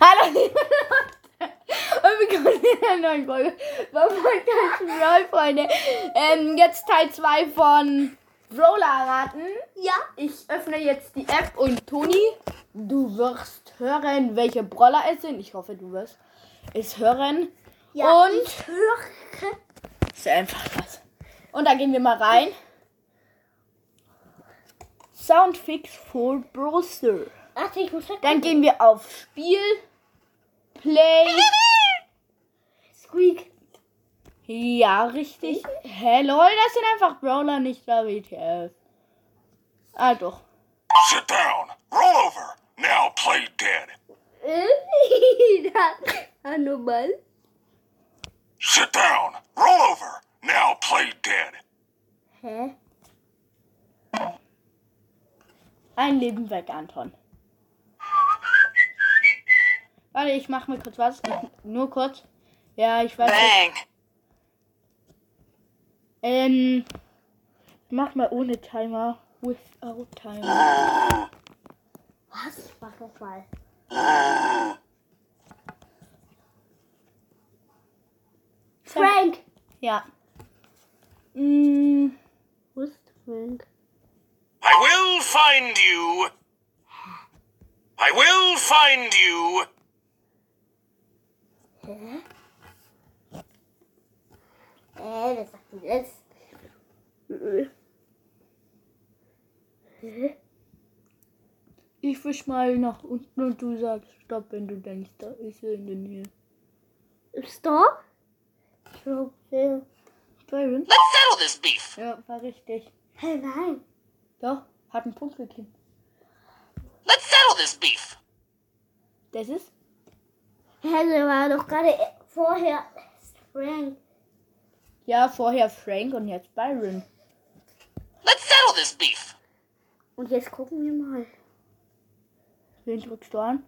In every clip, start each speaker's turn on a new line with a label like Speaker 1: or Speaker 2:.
Speaker 1: Hallo, liebe Leute. Und willkommen in einer neuen Folge von Podcast Roll, Freunde. Ähm, jetzt Teil 2 von Roller raten.
Speaker 2: Ja.
Speaker 1: Ich öffne jetzt die App und Toni, du wirst hören, welche Brawler es sind. Ich hoffe, du wirst es hören.
Speaker 2: ja
Speaker 1: Und?
Speaker 2: Ich höre.
Speaker 1: Ist ja einfach was. Und da gehen wir mal rein. Soundfix for Browser.
Speaker 2: Warte, ich muss weg.
Speaker 1: Dann gehen wir auf Spiel, Play.
Speaker 2: Squeak.
Speaker 1: Ja, richtig. Hä, lol, das sind einfach Brawler, nicht der WTF. Ah, doch.
Speaker 3: Sit down. Roll over. Now play dead.
Speaker 2: Äh, da. Nochmal.
Speaker 3: Sit down. Roll over. Now play dead.
Speaker 2: Hä?
Speaker 1: Ein Leben weg, Anton. Warte, ich mach mir kurz was. Ich, nur kurz. Ja, ich weiß nicht.
Speaker 4: Bang.
Speaker 1: Ähm, mach mal ohne Timer. Without Timer.
Speaker 2: Was? Mach das mal. Frank.
Speaker 1: Ja. Mm,
Speaker 2: Wo ist Frank?
Speaker 3: I will find you. I will find you.
Speaker 2: Äh, das sagt mir jetzt.
Speaker 1: ich wisch mal nach unten und du sagst Stopp, wenn du denkst, da ist er in der Nähe.
Speaker 2: Stop. Ich glaube.
Speaker 1: Byron?
Speaker 4: Let's settle this beef.
Speaker 1: Ja, war richtig.
Speaker 2: Hä, nein.
Speaker 1: Doch, hat einen Punkt gekriegt.
Speaker 4: Let's settle this beef.
Speaker 1: Das ist
Speaker 2: Hä, der war doch gerade vorher. Frank.
Speaker 1: Ja, vorher Frank und jetzt Byron.
Speaker 4: Let's settle this beef.
Speaker 2: Und jetzt gucken wir mal.
Speaker 1: Wen drückst du an?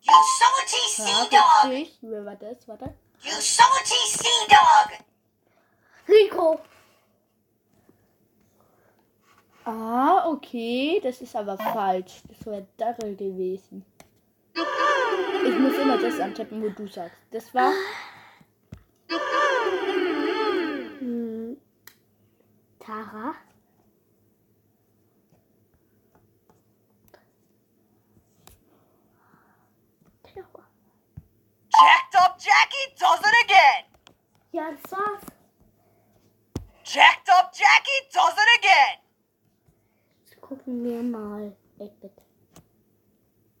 Speaker 4: You salty sea
Speaker 1: Ja, richtig. Wer war das? Warte.
Speaker 4: You salty sea dog.
Speaker 2: Rico.
Speaker 1: Ah, okay. Das ist aber falsch. Das wäre Darrell gewesen. Ich muss immer das antippen, wo du sagst. Das war.
Speaker 2: Hm. Tara. Tara.
Speaker 4: Jacked up Jackie does it again.
Speaker 2: Ja, das war's.
Speaker 4: Jacked up Jackie does it again.
Speaker 2: Jetzt gucken wir mal. Edbit.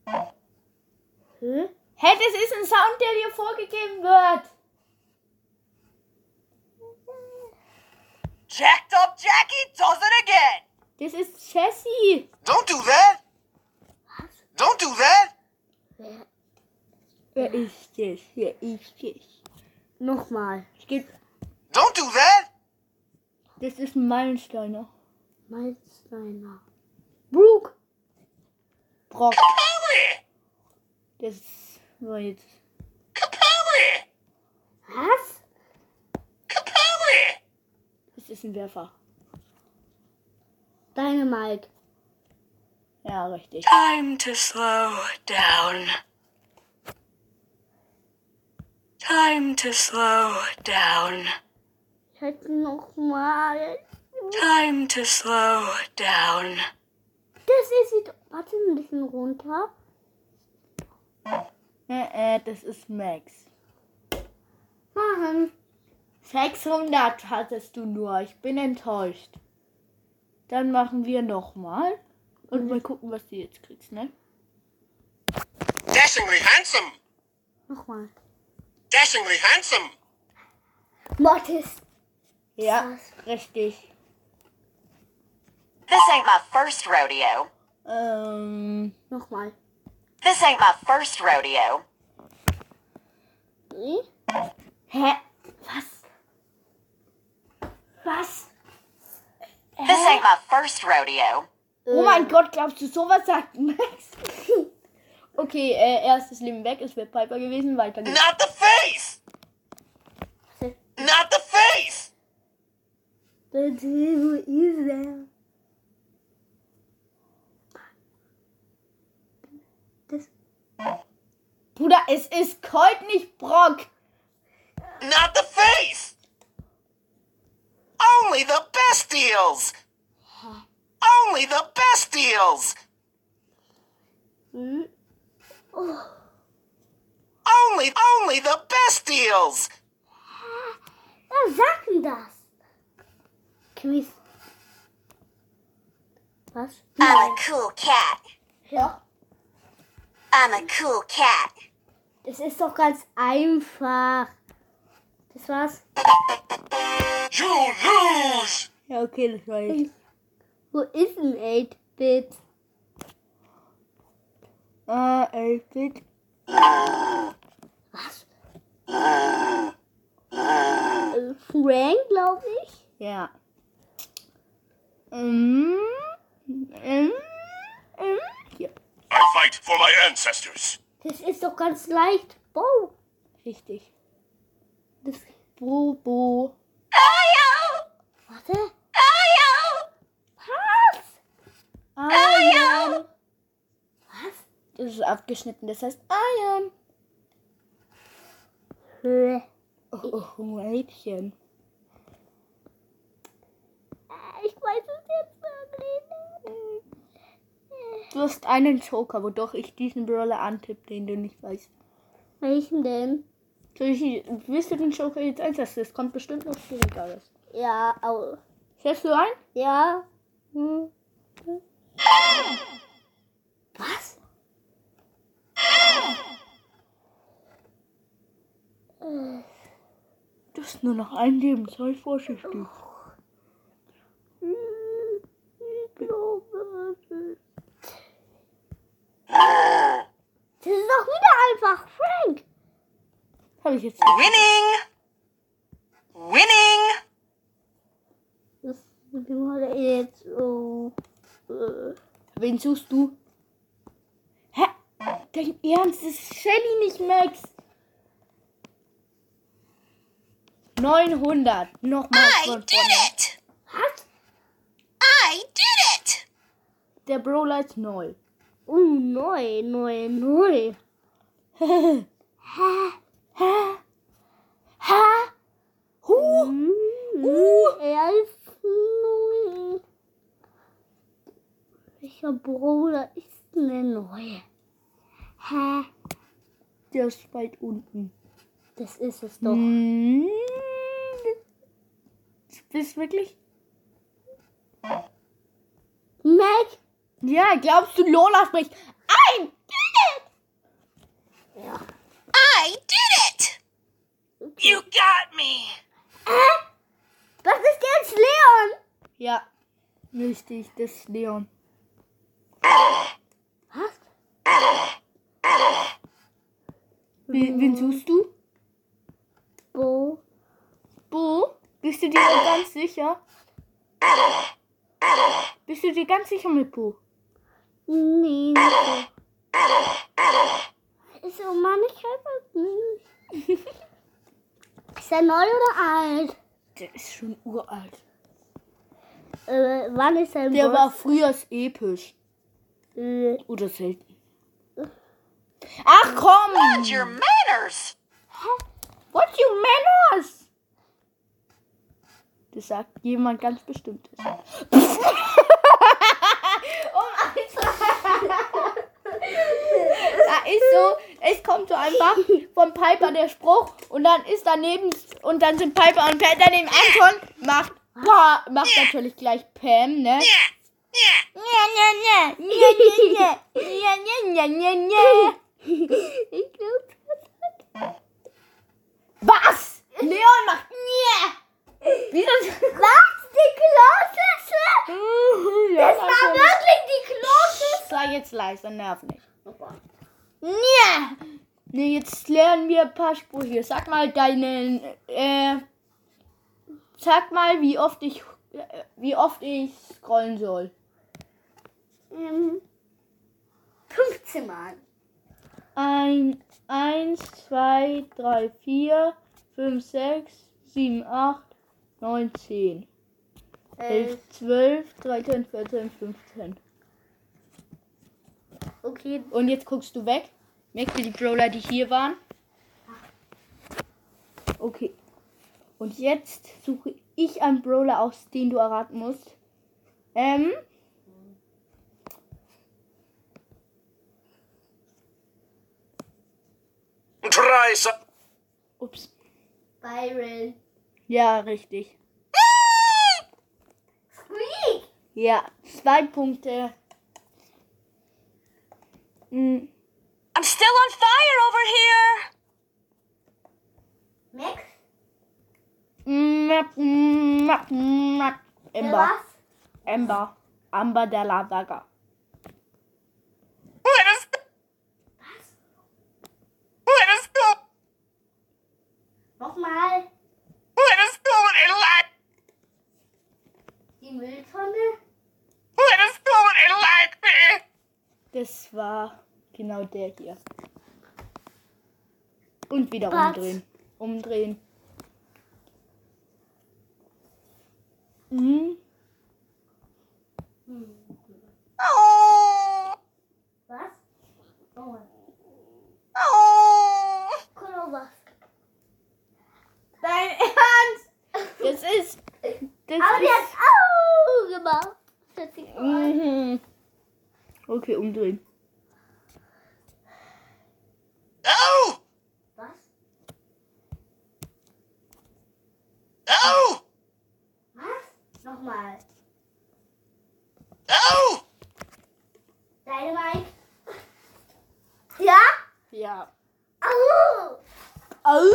Speaker 2: Hä?
Speaker 1: Hä, das ist ein Sound, der dir vorgegeben wird.
Speaker 4: Jacked up Jackie does it again.
Speaker 1: Das ist Jessie.
Speaker 3: Don't do that. Don't do that.
Speaker 2: Wer?
Speaker 1: Wer ist das? Wer ist das?
Speaker 2: Nochmal.
Speaker 1: Es gibt.
Speaker 3: Don't do that.
Speaker 1: Das ist ein Meilensteiner.
Speaker 2: Malsteiner.
Speaker 1: Brooke. Brock.
Speaker 4: Holy.
Speaker 1: Das war jetzt.
Speaker 4: Capelli.
Speaker 2: Was?
Speaker 4: Capelli.
Speaker 1: Das ist ein Werfer.
Speaker 2: Deine Mike.
Speaker 1: Ja, richtig.
Speaker 4: Time to slow down. Time to slow down.
Speaker 2: Ich hätte nochmal.
Speaker 4: Time to slow down.
Speaker 2: Das ist. Warte ein bisschen runter.
Speaker 1: Äh, äh, das ist Max.
Speaker 2: Machen.
Speaker 1: 600 hattest du nur. Ich bin enttäuscht. Dann machen wir nochmal. Und mal gucken, was du jetzt kriegst, ne?
Speaker 3: Dashingly handsome.
Speaker 2: Nochmal.
Speaker 3: Dashingly handsome.
Speaker 2: Mortis.
Speaker 1: Ja, richtig.
Speaker 4: This ain't my first rodeo.
Speaker 1: Ähm,
Speaker 2: Nochmal.
Speaker 4: This ain't my first rodeo.
Speaker 2: Dreh.
Speaker 1: hä?
Speaker 2: Was? Was? Äh,
Speaker 4: This ain't my first rodeo.
Speaker 1: Oh mein Gott, glaubst du, sowas sagt Max? okay, äh, erstes Leben weg, es wäre Piper gewesen, weiter geht's.
Speaker 4: Not the face! Not the face!
Speaker 2: But who is there?
Speaker 1: Bruder, es ist Colt, nicht Brock.
Speaker 4: Not the face! Only the best deals! Only the best deals!
Speaker 1: Hm?
Speaker 4: Only, only the best deals!
Speaker 2: Wer sagt denn das? Quiz. Was?
Speaker 4: I'm
Speaker 1: Ah.
Speaker 4: a cool cat.
Speaker 2: Ja.
Speaker 4: I'm a cool cat.
Speaker 2: Das ist doch ganz einfach. Das war's.
Speaker 3: You lose!
Speaker 1: Ja, okay, das war jetzt.
Speaker 2: Wo ist ein 8-Bit?
Speaker 1: Ah, Elfit.
Speaker 2: Was? Äh, Frank, glaube ich.
Speaker 1: Ja. Ähm, ähm, ähm. Ja,
Speaker 3: I fight for my ancestors.
Speaker 2: Das ist doch ganz leicht. Wow.
Speaker 1: richtig.
Speaker 2: Das,
Speaker 1: Bobo.
Speaker 2: warte.
Speaker 1: Eiern.
Speaker 2: Was?
Speaker 1: Das ist abgeschnitten, das heißt Eiern.
Speaker 2: Äh,
Speaker 1: Oh, oh, Mädchen.
Speaker 2: Äh, Ich weiß es jetzt wirklich nicht.
Speaker 1: Du hast einen Joker, wodurch ich diesen Brawler antippe, den du nicht weißt.
Speaker 2: Welchen denn?
Speaker 1: Soll ich, willst du den Joker jetzt einsetzen? Das kommt bestimmt noch schwierigeres.
Speaker 2: Ja, au.
Speaker 1: Setzt du ein?
Speaker 2: Ja. Hm. Was?
Speaker 1: Du hast nur noch ein Leben, sei vorsichtig.
Speaker 2: Hm, Ich glaube es ist. Das ist doch wieder einfach Frank.
Speaker 1: Habe ich jetzt.
Speaker 4: Winning! Winning!
Speaker 2: Das wurde jetzt so. Äh,
Speaker 1: Wen suchst du? Hä? Dein Ernst das ist Shelly nicht Max? 900. Nochmal von vorne.
Speaker 4: it!
Speaker 2: was?
Speaker 4: I did it!
Speaker 1: Der Brawler ist neu.
Speaker 2: Oh, neu, neu, neu.
Speaker 1: Hä? Hä? Hä? Huh?
Speaker 2: Uh. Er ist neu. Welcher Bruder ist denn der neue? Hä?
Speaker 1: Der ist weit unten.
Speaker 2: Das ist es doch.
Speaker 1: Hm. Bist du wirklich?
Speaker 2: Mac?
Speaker 1: Ja, glaubst du, Lola spricht? Ein!
Speaker 2: Ja.
Speaker 4: I did it! You got me!
Speaker 2: Das ist jetzt Leon.
Speaker 1: Ja, richtig, das ist Leon.
Speaker 2: Was?
Speaker 1: Wen, wen suchst du?
Speaker 2: Bo?
Speaker 1: Bo? Bist du dir so ganz sicher?
Speaker 3: Uh,
Speaker 1: Bist du dir ganz sicher mit Bo?
Speaker 2: Nee, nicht
Speaker 3: uh,
Speaker 2: so. Ist oh Mann, ich helfe es nicht. Ist er neu oder alt?
Speaker 1: Der ist schon uralt.
Speaker 2: Äh, wann ist er im
Speaker 1: Der war
Speaker 2: Geburtstag?
Speaker 1: früher episch.
Speaker 2: Äh,
Speaker 1: Oder selten. Ach komm!
Speaker 4: Mind your manners!
Speaker 1: What you manners? Das sagt jemand ganz bestimmt. um Da ist so, es kommt so einfach von Piper der Spruch und dann ist daneben und dann sind Piper und Pam daneben Anton macht Pa- macht natürlich gleich Pam, ne?
Speaker 4: Yeah!
Speaker 1: Nja, nja, nja, nja, nja, nja, nja, nja, nja.
Speaker 2: ich glaube,
Speaker 1: Was? Leon macht nie. Wieso?
Speaker 2: Was? Die Kloschüssel?
Speaker 1: Das
Speaker 2: Das war wirklich die Kloschüssel?
Speaker 1: Sei jetzt leise, nerv nicht.
Speaker 2: Nee.
Speaker 1: Nee, jetzt lernen wir ein paar Sprüche. Sag mal deinen, äh, sag mal, wie oft ich, äh, wie oft ich scrollen soll.
Speaker 2: ähm, 15 Mal.
Speaker 1: Ein, eins, zwei, drei, vier, fünf, sechs, sieben, acht, neun, zehn, elf, zwölf, dreizehn, vierzehn, fünfzehn.
Speaker 2: Okay,
Speaker 1: Und jetzt guckst du weg. Merkst du die Brawler, die hier waren? Okay. Und jetzt suche ich einen Brawler aus, den du erraten musst. Ähm.
Speaker 4: Try some.
Speaker 1: Ups.
Speaker 2: Byron.
Speaker 1: Ja, richtig.
Speaker 2: Squeak!
Speaker 1: Ja, zwei Punkte. Hm,
Speaker 5: I'm still on fire over here.
Speaker 2: Max?
Speaker 1: map, map, map. Ember.
Speaker 2: Was?
Speaker 1: Ember. mm, Amber der Lavaga.
Speaker 4: Let us. Let us go.
Speaker 2: Nochmal
Speaker 4: Let us go and light.
Speaker 2: die Mülltonne?
Speaker 4: Let us go and light me.
Speaker 1: Das war genau der hier. Und wieder
Speaker 2: Was?
Speaker 1: umdrehen. Umdrehen. Mhm.
Speaker 4: Oh.
Speaker 2: Was? Oh,
Speaker 4: Oh.
Speaker 2: Kolowas.
Speaker 1: Dein Ernst? Das ist. Das
Speaker 2: Aber der
Speaker 1: ist.
Speaker 2: hat Au gemacht. Das hat sich mhm.
Speaker 1: Mhm. Okay, umdrehen.
Speaker 4: Oh.
Speaker 2: Was?
Speaker 4: Oh.
Speaker 2: Was? Nochmal.
Speaker 4: Oh.
Speaker 2: Deine Mike? Ja?
Speaker 1: Ja.
Speaker 2: Au!
Speaker 1: Au.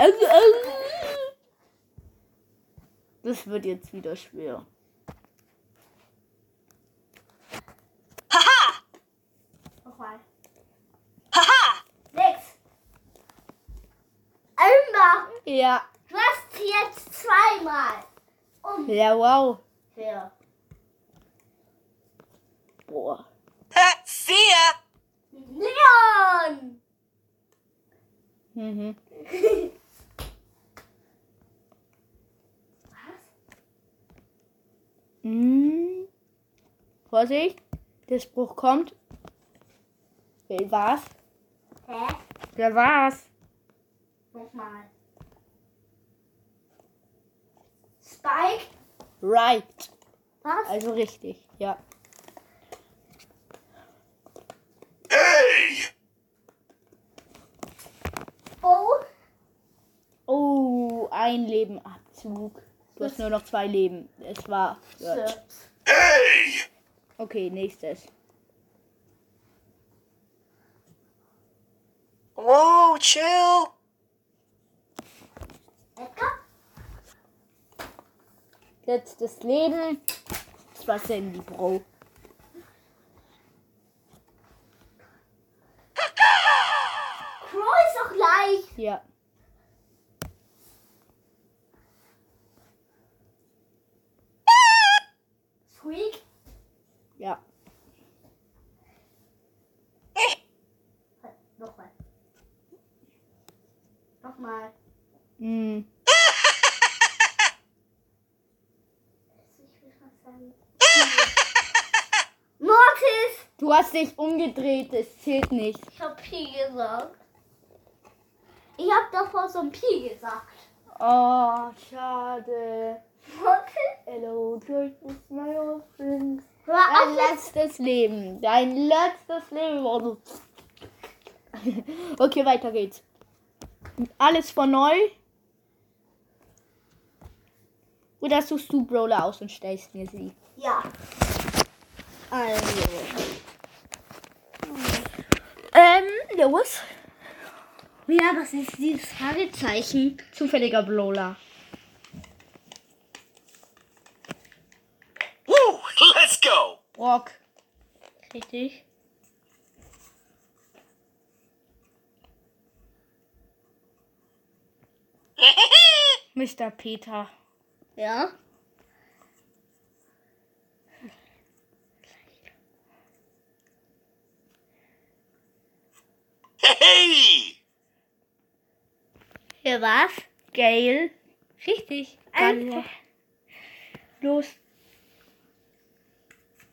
Speaker 1: Au, au. Das wird jetzt wieder schwer.
Speaker 5: Haha!
Speaker 2: Nochmal.
Speaker 5: Haha!
Speaker 2: Sechs. Alma,
Speaker 1: Ja.
Speaker 2: du hast sie jetzt zweimal. Um.
Speaker 1: Ja, wow.
Speaker 2: Ja.
Speaker 1: Boah.
Speaker 5: Uh, see ya!
Speaker 2: Leon!
Speaker 1: Mhm. Mm. Vorsicht, der Spruch kommt. Wer war's?
Speaker 2: Hä?
Speaker 1: Wer war's?
Speaker 2: Nochmal. Spike?
Speaker 1: Right.
Speaker 2: Was?
Speaker 1: Also richtig, ja.
Speaker 3: Hey!
Speaker 2: Oh,
Speaker 1: Oh, ein Leben Abzug. Du hast nur noch zwei Leben. Es war. Search.
Speaker 3: Hey!
Speaker 1: Okay, nächstes.
Speaker 5: Whoa, chill!
Speaker 2: Edgar?
Speaker 1: Letztes Leben. Das war Sandy Bro.
Speaker 2: Crow ist doch leicht.
Speaker 1: Ja.
Speaker 2: Squeak?
Speaker 1: Ja.
Speaker 2: Nochmal. Nochmal.
Speaker 1: Mm.
Speaker 2: Ich will was sagen. Mortis!
Speaker 1: Du hast dich umgedreht, es zählt nicht.
Speaker 2: Ich hab Pi gesagt. Ich hab davor so ein Pi gesagt.
Speaker 1: Oh, schade.
Speaker 2: Mortis?
Speaker 1: Hello, George is my old friend.
Speaker 2: Hör
Speaker 1: Dein
Speaker 2: auf jetzt.
Speaker 1: letztes Leben. Dein letztes Leben. Oh, du- Okay, weiter geht's. Alles von neu. Oder suchst du Brawler aus und stellst mir sie?
Speaker 2: Ja.
Speaker 1: Also. Ähm, Lewis.
Speaker 2: Ja, was ist dieses Fragezeichen?
Speaker 1: Zufälliger Brawler.
Speaker 4: Woo! Let's go.
Speaker 1: Brock. Richtig. Mr. Peter.
Speaker 2: Ja. Wer war's?
Speaker 1: Gail. Richtig.
Speaker 2: Einfach.
Speaker 1: Los.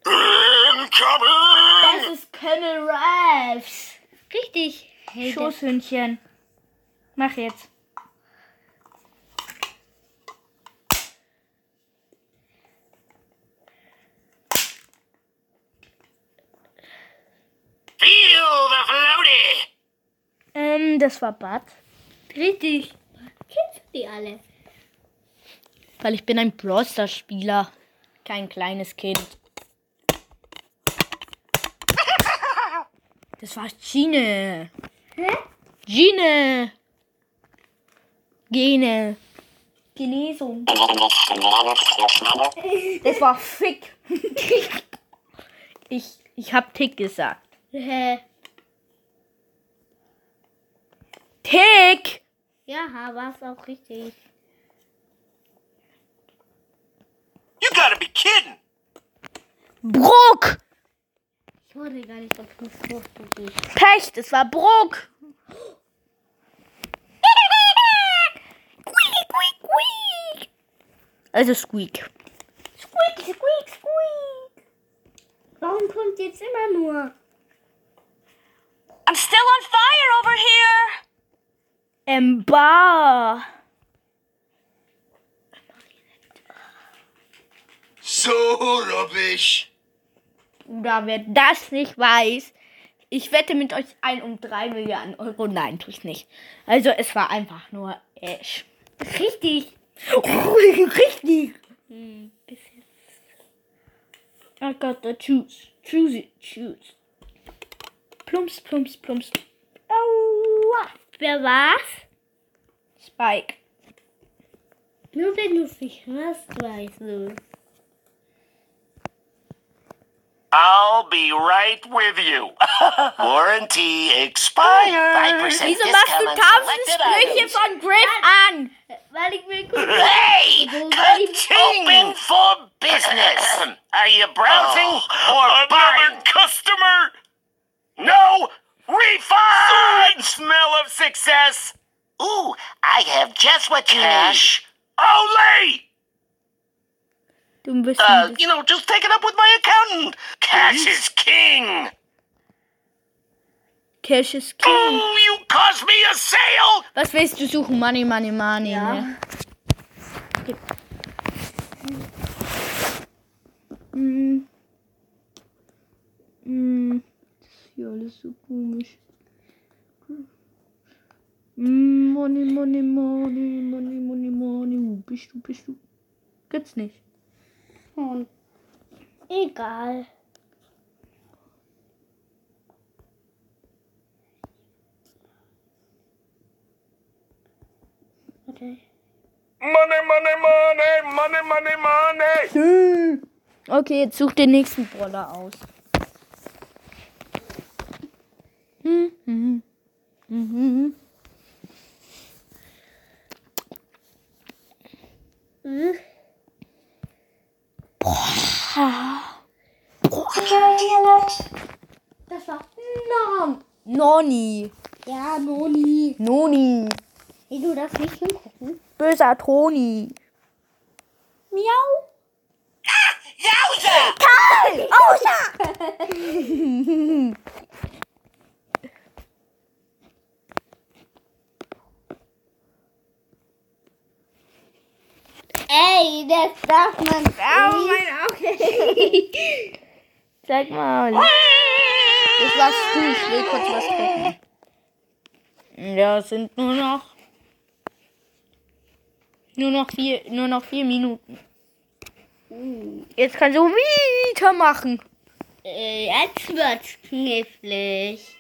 Speaker 3: Incoming!
Speaker 1: Das ist Colonel Ralphs.
Speaker 2: Richtig. Hey,
Speaker 1: Schoßhündchen. Mach jetzt.
Speaker 4: Feel the floaty!
Speaker 1: Ähm, das war Bud. Richtig.
Speaker 2: kennst die alle?
Speaker 1: Weil ich bin ein Broster-Spieler. Kein kleines Kind. Das war Gine. Hä? Gine. Gene. Genesung. Das war Fick. ich, ich hab Tick gesagt.
Speaker 2: Hä?
Speaker 1: Tick!
Speaker 2: Ja, war's auch richtig.
Speaker 4: You gotta be kidding!
Speaker 1: Bruck!
Speaker 2: Ich wurde gar nicht auf den Fuß gekriegt.
Speaker 1: Pech, das war Bruck. Also Squeak.
Speaker 2: Squeak, squeak, squeak. Warum kommt jetzt immer nur?
Speaker 5: I'm still on fire over here.
Speaker 1: Ember.
Speaker 4: So rubbish!
Speaker 1: Oder wer das nicht weiß, ich wette mit euch ein um 3 Milliarden Euro. Nein, tue ich nicht. Also es war einfach nur Ash. Richtig. Richtig. I got the choose. Choose it, choose. Plumps, plumps, plumps.
Speaker 2: Aua. Wer war's?
Speaker 1: Spike.
Speaker 2: Nur wenn du es nicht hörst, weißt du.
Speaker 4: I'll be right with you. Warranty
Speaker 5: Oh,
Speaker 4: expired. 5%
Speaker 1: Wieso machst du tausend Sprüche von Griff an?
Speaker 2: Äh, Weil ich will gucken.
Speaker 4: Hey!
Speaker 2: Wo war die-
Speaker 4: Open for business. Are you browsing or buying? customer? No refund. smell of success. Ooh, I have just what you Cash. need. Only.
Speaker 1: Du bist
Speaker 4: Uh, you know, just take it up with my accountant. Cash is king.
Speaker 1: Cash is King.
Speaker 4: you caused me a sale.
Speaker 1: Was willst du suchen? Money, money, money. ne? Mm. Mm. Das ist hier alles so komisch. Mm, Money, money, money, money, money, money. Wo bist du, bist du? Gibt's nicht.
Speaker 2: Hm. Egal. Okay.
Speaker 3: Money, money, money, money, money, money.
Speaker 1: Okay, jetzt such den nächsten Brawler aus. Hm, hm, hm, hm.
Speaker 2: Das war Norm.
Speaker 1: Noni.
Speaker 2: Ja, Noni.
Speaker 1: Noni.
Speaker 2: Hey, du darfst nicht hingucken.
Speaker 1: Böser Toni.
Speaker 2: Miau. Ey, das darf man nicht.
Speaker 1: Sag mal. Das warst du. Ich will kurz was trinken. Ja, es sind nur noch. Nur noch vier, nur noch vier Minuten. Uh, Jetzt kannst du weitermachen.
Speaker 2: Äh, Jetzt wird's knifflig.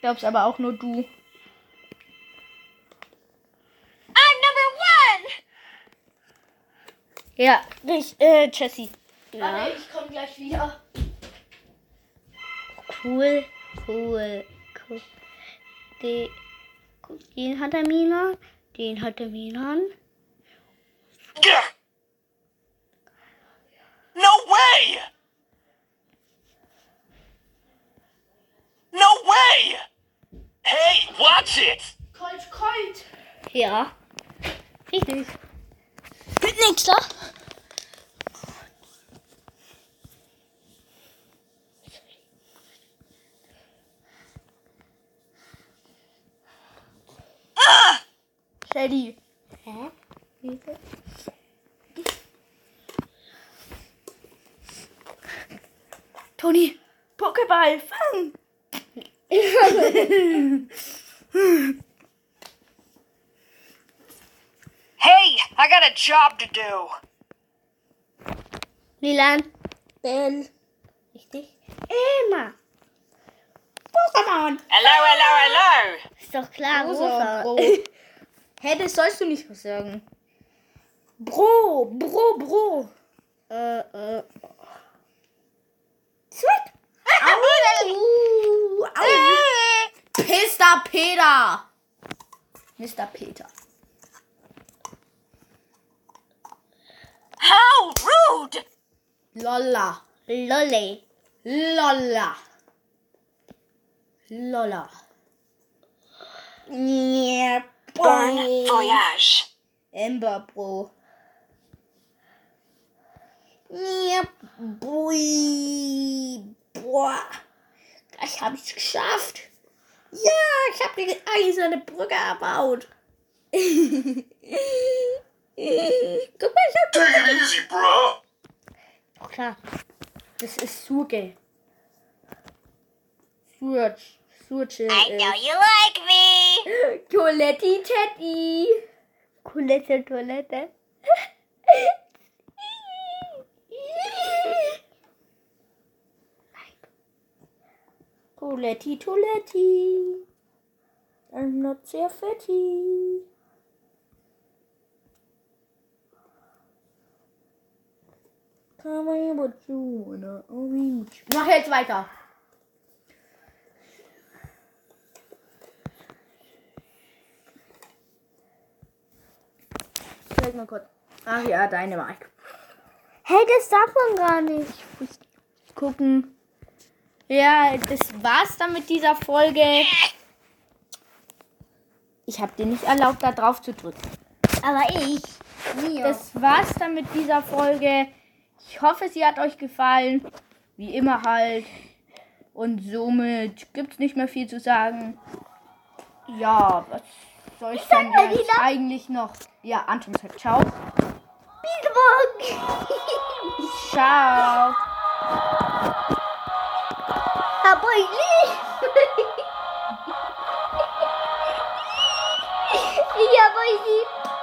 Speaker 1: Glaubst aber auch nur du.
Speaker 2: I'm number one.
Speaker 1: Ja, ich, äh, Jessie.
Speaker 2: Ja.
Speaker 1: ich komme gleich wieder.
Speaker 2: Cool, cool, cool. Die, guck, den hat der Milan, den hat der Milan.
Speaker 4: No way. No way. Hey, watch it.
Speaker 1: Colt, Colt.
Speaker 2: Ja. Richtig.
Speaker 1: Nächster. Shady.
Speaker 2: Hä? Wieso?
Speaker 1: Toni, Pokéball, fang!
Speaker 5: Hey, I got a job to do.
Speaker 2: Milan.
Speaker 1: Bell.
Speaker 2: Richtig. Emma.
Speaker 1: Pokémon!
Speaker 5: Hello, hello, hello.
Speaker 2: Ist doch klar,
Speaker 1: Rosa.
Speaker 2: Rosa.
Speaker 1: Bro. Hä, das sollst du nicht sagen. Bro, Bro, Bro.
Speaker 2: Äh, äh.
Speaker 1: Zwick. Au. Au. Pista Peter. Mr. Peter.
Speaker 5: How rude.
Speaker 1: Lolla.
Speaker 2: Lolli.
Speaker 1: Lolla. Lolla. Yeah,
Speaker 5: Bon
Speaker 1: boy.
Speaker 5: voyage.
Speaker 1: Ember, Bro. Yep, boy. Boah. Das habe ich geschafft. Ja, ich habe die eiserne Brücke erbaut. Guck mal, ich hab
Speaker 3: Take it easy, bruh.
Speaker 2: Doch klar.
Speaker 1: Das ist Surge. Surge. Surge.
Speaker 5: you like me.
Speaker 1: Coletti Teddy.
Speaker 2: Kulette Toilette.
Speaker 1: Coletti Toletti. I'm not sehr fetti. Come on, what you wanna orange. Oh, Mach jetzt weiter. Zeig mal kurz. Ach ja, deine Mike.
Speaker 2: Hey, das darf man gar nicht.
Speaker 1: gucken. Ja, das war's dann mit dieser Folge. Ich habe dir nicht erlaubt, da drauf zu drücken.
Speaker 2: Aber ich. Mir. Das
Speaker 1: Das war's dann mit dieser Folge. Ich hoffe, sie hat euch gefallen. Wie immer halt. Und somit gibt's nicht mehr viel zu sagen. Ja, was soll ich dann
Speaker 2: mal
Speaker 1: jetzt
Speaker 2: wieder.
Speaker 1: eigentlich noch? Ja, Anton sagt ciao.
Speaker 2: Bildung.
Speaker 1: Ciao.
Speaker 2: Aber ich nicht. Ich habe euch lieb.